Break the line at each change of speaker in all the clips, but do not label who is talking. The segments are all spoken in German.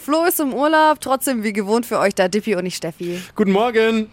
Flo ist im Urlaub, trotzdem wie gewohnt für euch da Dippi und ich Steffi.
Guten Morgen.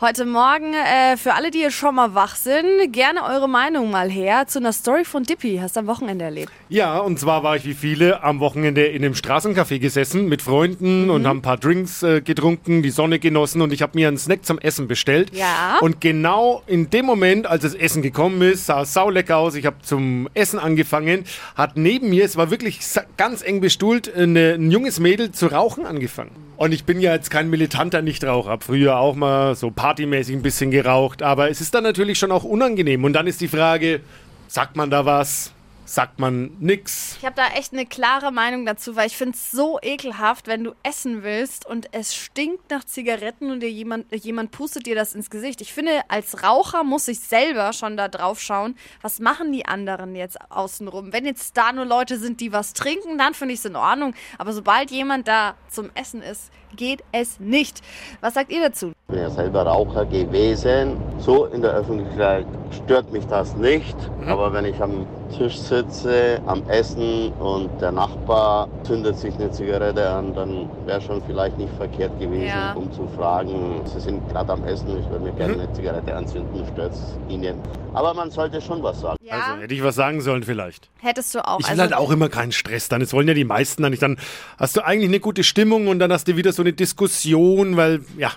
Heute Morgen, äh, für alle, die hier schon mal wach sind, gerne eure Meinung mal her zu einer Story von Dippi. Hast du am Wochenende erlebt?
Ja, und zwar war ich wie viele am Wochenende in einem Straßencafé gesessen mit Freunden und haben ein paar Drinks äh, getrunken, die Sonne genossen und ich habe mir einen Snack zum Essen bestellt.
Ja.
Und genau in dem Moment, als das Essen gekommen ist, sah es saulecker aus. Ich habe zum Essen angefangen, hat neben mir, es war wirklich sa- ganz eng bestuhlt, eine, ein junges Mädel zu rauchen angefangen. Und ich bin ja jetzt kein militanter Nichtraucher, habe früher auch mal so partymäßig ein bisschen geraucht, aber es ist dann natürlich schon auch unangenehm. Und dann ist die Frage, sagt man da was? Sagt man nix?
Ich habe da echt eine klare Meinung dazu, weil ich finde es so ekelhaft, wenn du essen willst und es stinkt nach Zigaretten und dir jemand, jemand pustet dir das ins Gesicht. Ich finde, als Raucher muss ich selber schon da drauf schauen, was machen die anderen jetzt außenrum. Wenn jetzt da nur Leute sind, die was trinken, dann finde ich es in Ordnung. Aber sobald jemand da zum Essen ist, geht es nicht. Was sagt ihr dazu?
bin ja selber Raucher gewesen. So in der Öffentlichkeit stört mich das nicht. Aber wenn ich am Tisch sitze, am Essen und der Nachbar zündet sich eine Zigarette an, dann wäre schon vielleicht nicht verkehrt gewesen,
Ja.
um zu fragen, Sie sind gerade am Essen, ich würde mir gerne eine Zigarette anzünden, stört es Ihnen. Aber man sollte schon was sagen.
Ja,
Also hätte ich was sagen sollen vielleicht.
hättest du auch. also
Ich will halt auch immer keinen Stress dann. Es wollen ja die meisten dann nicht. Dann hast du eigentlich eine gute Stimmung und dann hast du wieder so eine Diskussion, weil, ja.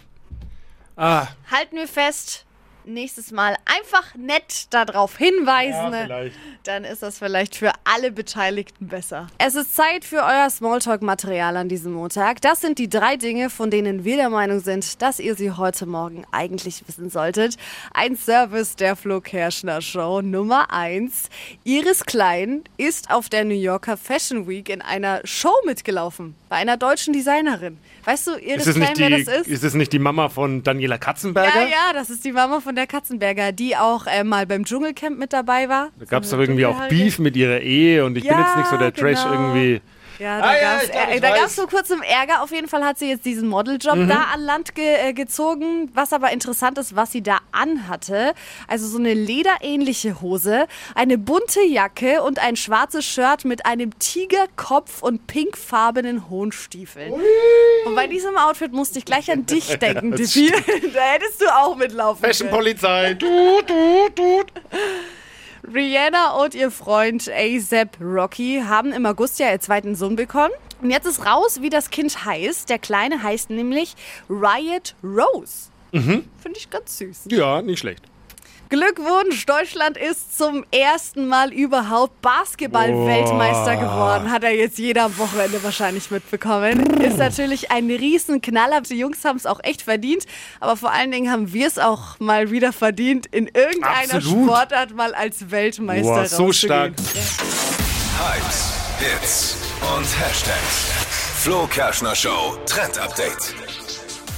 Ah,
halten wir fest, nächstes Mal einfach nett darauf hinweisen.
Ja, vielleicht.
dann ist das vielleicht für alle Beteiligten besser. Es ist Zeit für euer Smalltalk-Material an diesem Montag. Das sind die drei Dinge, von denen wir der Meinung sind, dass ihr sie heute Morgen eigentlich wissen solltet. Ein Service der Flo Kerschner Show Nummer eins. Iris Klein ist auf der New Yorker Fashion Week in einer Show mitgelaufen. Bei einer deutschen Designerin. Weißt du, Iris
ist es,
Klein,
nicht die,
wer das
ist? es nicht die Mama von Daniela Katzenberger?
ja, ja, das ist die Mama von der Katzenberger, die auch äh, mal beim Dschungelcamp mit dabei war.
Da gab es doch irgendwie auch Beef mit ihrer Ehe und ich bin
Ja,
jetzt nicht so der Trash
genau.
irgendwie.
Ja, da
Ah, ja,
gab's,
ich glaub,
äh,
ich
da
weiß. Mhm.
gab's so kurz im Ärger. Auf jeden Fall hat sie jetzt diesen Modeljob da an Land ge äh, gezogen. Was aber interessant ist, was sie da anhatte. Also so eine lederähnliche Hose, eine bunte Jacke und ein schwarzes Shirt mit einem Tigerkopf und pinkfarbenen Hohenstiefeln. Und bei diesem Outfit musste ich gleich an dich denken,
Das
Dippy. da hättest du auch mitlaufen können.
Fashionpolizei. Du, du, du.
Rihanna und ihr Freund ASAP Rocky haben im August ja ihren zweiten Sohn bekommen. Und jetzt ist raus, wie das Kind heißt. Der Kleine heißt nämlich Riot Rose. Finde ich ganz süß.
Ja, nicht schlecht.
Glückwunsch, Deutschland ist zum ersten Mal überhaupt Basketball-Weltmeister geworden. Hat er jetzt jeder am Wochenende wahrscheinlich mitbekommen. Ist natürlich ein Riesenknaller. Die Jungs haben es auch echt verdient. Aber vor allen Dingen haben wir es auch mal wieder verdient, in irgendeiner
Absolut.
Sportart mal als Weltmeister
Boah, so
halt rauszugehen.
stark.
Hypes, Hits und Hashtags. Flo Kerschner Show Trend Update.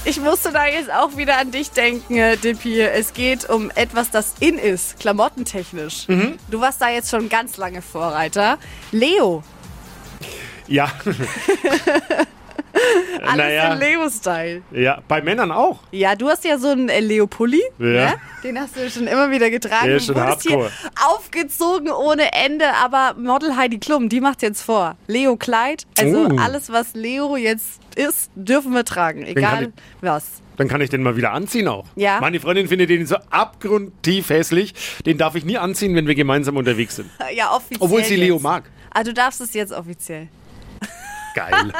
Ich musste da jetzt auch wieder an dich denken, äh, Dippy. Es geht um etwas, das in ist, klamottentechnisch.
Mhm.
Du warst da jetzt schon ganz lange Vorreiter. Leo,
Ja.
alles
naja,
in Leo-Style.
ja, bei Männern auch.
Ja, du hast ja so einen äh, Leopolli,
Ja.
ne? den hast du schon immer wieder getragen.
Der
Du
ist schon
wurdest hier
hardcore.
aufgezogen ohne Ende, aber Model Heidi Klum, die macht jetzt vor. Leo Kleid, also
Oh.
alles, was Leo jetzt ist, dürfen wir tragen, egal
kann
was.
Dann kann ich den mal wieder anziehen auch.
Ja.
Meine Freundin findet den so abgrundtief hässlich. Den darf ich nie anziehen, wenn wir gemeinsam unterwegs sind.
Ja, offiziell
Obwohl sie
jetzt.
Leo mag.
Ah, du darfst es jetzt offiziell.
Geil.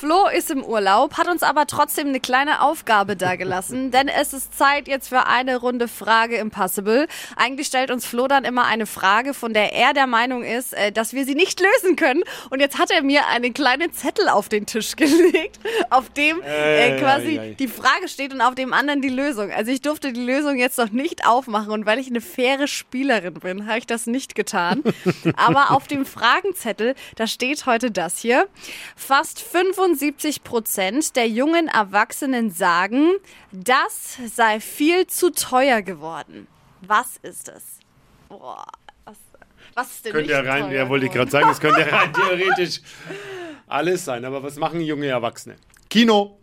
Flo ist im Urlaub, hat uns aber trotzdem eine kleine Aufgabe dagelassen, denn es ist Zeit jetzt für eine Runde Frage Impossible. Eigentlich stellt uns Flo dann immer eine Frage, von der er der Meinung ist, äh, dass wir sie nicht lösen können. Und jetzt hat er mir einen kleinen Zettel auf den Tisch gelegt, auf dem äh,
Äh,
quasi
ei, ei.
die Frage steht und auf dem anderen die Lösung. Also ich durfte die Lösung jetzt noch nicht aufmachen und weil ich eine faire Spielerin bin, habe ich das nicht getan. Aber auf dem Fragenzettel, da steht heute das hier. Fast 75 Prozent der jungen Erwachsenen sagen, das sei viel zu teuer geworden. Was ist es? Boah, was, was ist denn
könnte
nicht
ja rein,
teuer
ja, wollte ich
geworden?
gerade sagen, es könnte ja rein theoretisch alles sein. Aber was machen junge Erwachsene? Kino.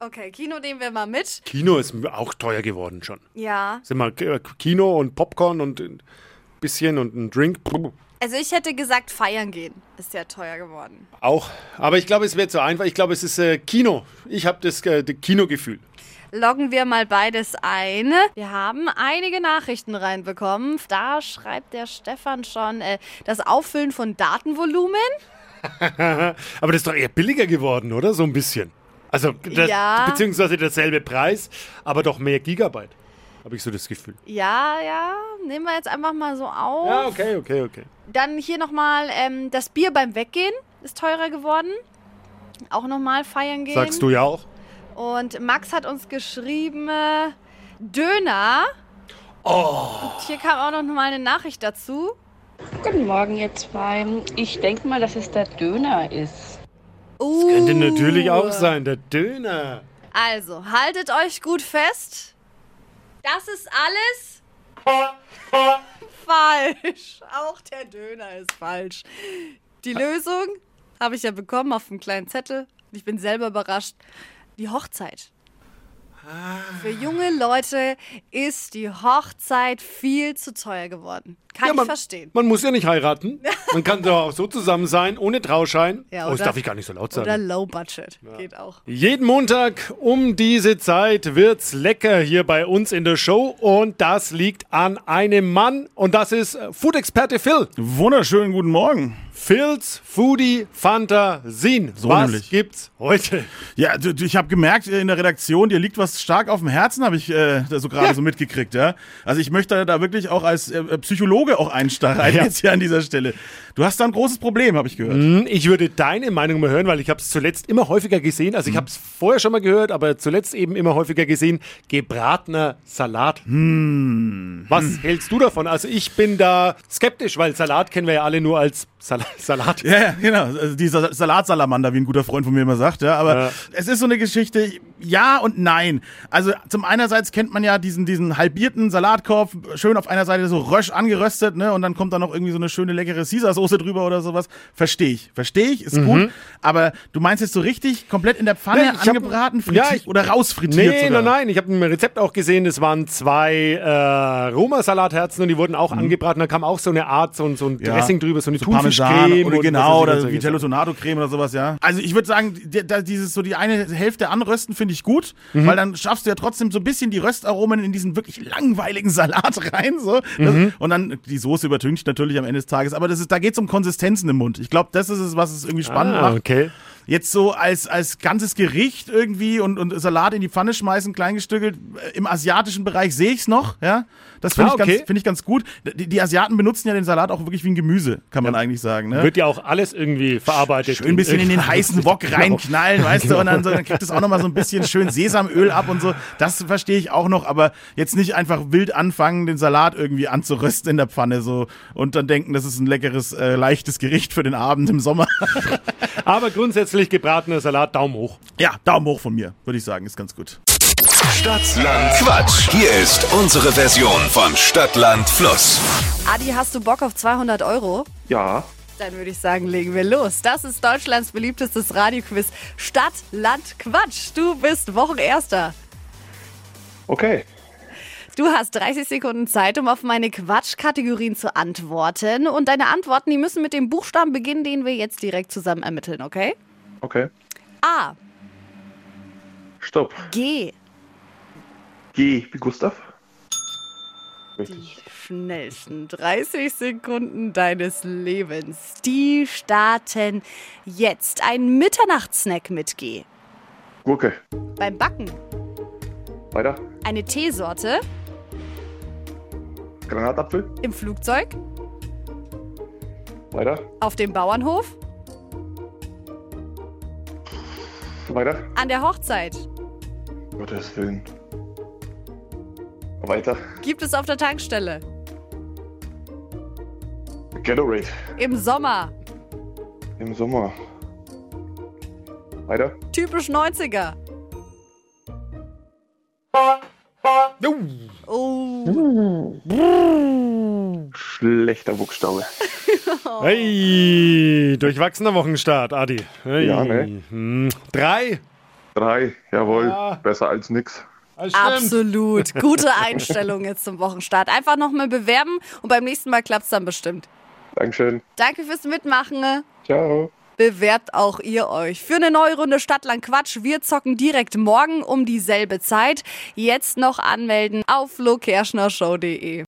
Okay, Kino nehmen wir mal mit.
Kino ist auch teuer geworden schon. äh,
Ja.
Sind mal Kino und Popcorn und ein bisschen und ein Drink.
Also ich hätte gesagt, feiern gehen ist ja teuer geworden.
Auch. Aber ich glaube, es wäre zu einfach. Ich glaube, es ist äh, Kino. Ich habe das äh, das Kinogefühl.
Loggen wir mal beides ein. Wir haben einige Nachrichten reinbekommen. Da schreibt der Stefan schon äh, das Auffüllen von Datenvolumen.
Aber das ist doch eher billiger geworden, oder? So ein bisschen. Also, das,
Ja.
beziehungsweise derselbe Preis, aber doch mehr Gigabyte. Habe ich so das Gefühl.
Ja, ja, nehmen wir jetzt einfach mal so auf.
Ja, okay, okay, okay.
Dann hier nochmal ähm, das Bier beim Weggehen ist teurer geworden. Auch nochmal feiern gehen.
Sagst du ja auch.
Und Max hat uns geschrieben, äh, Döner. Oh. Und hier kam auch noch mal eine Nachricht dazu.
Guten Morgen, ihr zwei. Ich denke mal, dass es der Döner ist.
Uh.
Könnte natürlich auch sein, der Döner.
Also, haltet euch gut fest. Das ist alles falsch. Auch der Döner ist falsch. Die Lösung habe ich ja bekommen auf einem kleinen Zettel. Ich bin selber überrascht. Die Hochzeit. Für junge Leute ist die Hochzeit viel zu teuer geworden. Kann
Ja,
Ah, ich
man, Oh,
verstehen.
Man muss ja nicht heiraten. Man kann doch auch so zusammen sein, ohne Trauschein.
Ja,
oh, das
oder-
darf ich gar nicht so laut
Oder
sagen.
Low Budget. Geht auch.
Jeden Montag um diese Zeit wird's lecker hier bei uns in der Show und das liegt an einem Mann und das ist äh, Food-Experte Phil.
Wunderschönen guten Morgen.
Phils Foodie Fantasien.
So
Was
nämlich.
gibt's heute?
Ja, du, du, ich habe gemerkt äh, in der Redaktion, dir liegt was stark auf dem Herzen, habe ich äh, da so gerade so mitgekriegt. Ja? Also ich möchte da wirklich auch als äh, äh, Psychologe auch einsteigen
Ja.
jetzt hier an dieser Stelle. Du hast da ein großes Problem, habe ich gehört.
Hm, Ich würde deine Meinung mal hören, weil ich habe es zuletzt immer häufiger gesehen. Also ich
Hm.
habe es vorher schon mal gehört, aber zuletzt eben immer häufiger gesehen. Gebratener Salat.
Hm.
Was hältst du davon? Also ich bin da skeptisch, weil Salat kennen wir ja alle nur als Sal Salat.
Ja, ja, genau. Also die Sa- Salatssalamander, wie ein guter Freund von mir immer sagt. Ja, aber
Ja.
es ist so eine Geschichte, ja und nein. Also zum einerseits kennt man ja diesen, diesen halbierten Salatkorb, schön auf einer Seite so rösch angeröstet, ne? Und dann kommt da noch irgendwie so eine schöne leckere Caesar-Soße drüber oder sowas. Verstehe ich. Verstehe ich, ist gut. Aber du meinst jetzt so richtig komplett in der Pfanne
Mhm. Nee, ich hab-
angebraten,
Ja,
frittiert
ich-
oder rausfrittiert
Nee,
sogar?
nein, nein. Ich habe ein Rezept auch gesehen. Das waren zwei äh, Roma-Salaterherzen und die wurden auch angebraten. Da kam auch so eine Art, so, ein- so ein
Hm. Ja.
Dressing drüber, so eine
Parmesan
Thunfischcreme.
oder
und
genau,
was weiß ich, was
oder
weiß ich.
Vitello Tonado Creme oder sowas, ja. Also ich würde sagen, die, da, dieses so die eine Hälfte anrösten finde ich gut,
Mhm.
weil dann schaffst du ja trotzdem so ein bisschen die Röstaromen in diesen wirklich langweiligen Salat rein so. Das,
Mhm.
Und dann die Soße übertüncht natürlich am Ende des Tages, aber das ist da geht's um Konsistenzen im Mund. Ich glaube, das ist es, was es irgendwie spannend
Ah,
macht.
okay.
Jetzt so als als ganzes Gericht irgendwie und, und Salat in die Pfanne schmeißen, kleingestückelt, äh, im asiatischen Bereich sehe ich's noch, ja. Das finde
Ah,
ich,
okay.
ganz, finde ich ganz gut. Die, die Asiaten benutzen ja den Salat auch wirklich wie ein Gemüse, kann man eigentlich sagen. Ne?
Wird Genau. ja auch alles irgendwie verarbeitet.
Schön ein bisschen in den heißen Wok reinknallen, weißt du, und dann, so, dann kriegt es auch nochmal so ein bisschen schön Sesamöl ab und so. Das verstehe ich auch noch, aber jetzt nicht einfach wild anfangen, den Salat irgendwie anzurösten in der Pfanne so und dann denken, das ist ein leckeres, äh, leichtes Gericht für den Abend im Sommer.
Aber grundsätzlich gebratener Salat, Daumen hoch.
ja, Daumen hoch von mir, würde ich sagen, ist ganz gut.
Stadtland Quatsch. Hier ist unsere Version von Stadtland Fluss.
Adi, hast du Bock auf 200 Euro?
Ja,
Dann würde ich sagen, legen wir los. Das ist Deutschlands beliebtestes Radioquiz Stadt, Land, Quatsch. Du bist Wochenerster.
okay.
Du hast 30 Sekunden Zeit, um auf meine Quatschkategorien zu antworten. Und deine Antworten, die müssen mit dem Buchstaben beginnen, den wir jetzt direkt zusammen ermitteln, okay?
Okay.
A,
Stopp.
G.
G wie Gustav.
Die
Richtig.
schnellsten 30 Sekunden deines Lebens. Die starten jetzt. Ein Mitternachtssnack mit G.
Gurke.
Beim Backen
Weiter.
eine Teesorte.
Granatapfel.
Im Flugzeug.
Weiter.
Auf dem Bauernhof.
Weiter.
An der Hochzeit.
Um Gottes Willen. Weiter.
Gibt es auf der Tankstelle.
Gatorade.
Im Sommer.
Im Sommer. Weiter.
Typisch 90er. Oh,
Schlechter Buchstabe.
Hey, durchwachsener Wochenstart, Adi. Hey.
Ja, ne?
Hm, Drei.
Drei. Jawohl.
Ja.
Besser als nix.
Das stimmt.
absolut. Gute Einstellung jetzt zum Wochenstart. Einfach nochmal bewerben und beim nächsten Mal klappt es dann bestimmt.
Dankeschön.
Danke fürs Mitmachen.
Ciao.
Bewerbt auch ihr euch für eine neue Runde Stadtland Quatsch. Wir zocken direkt morgen um dieselbe Zeit. Jetzt noch anmelden auf lokerschnershow.de.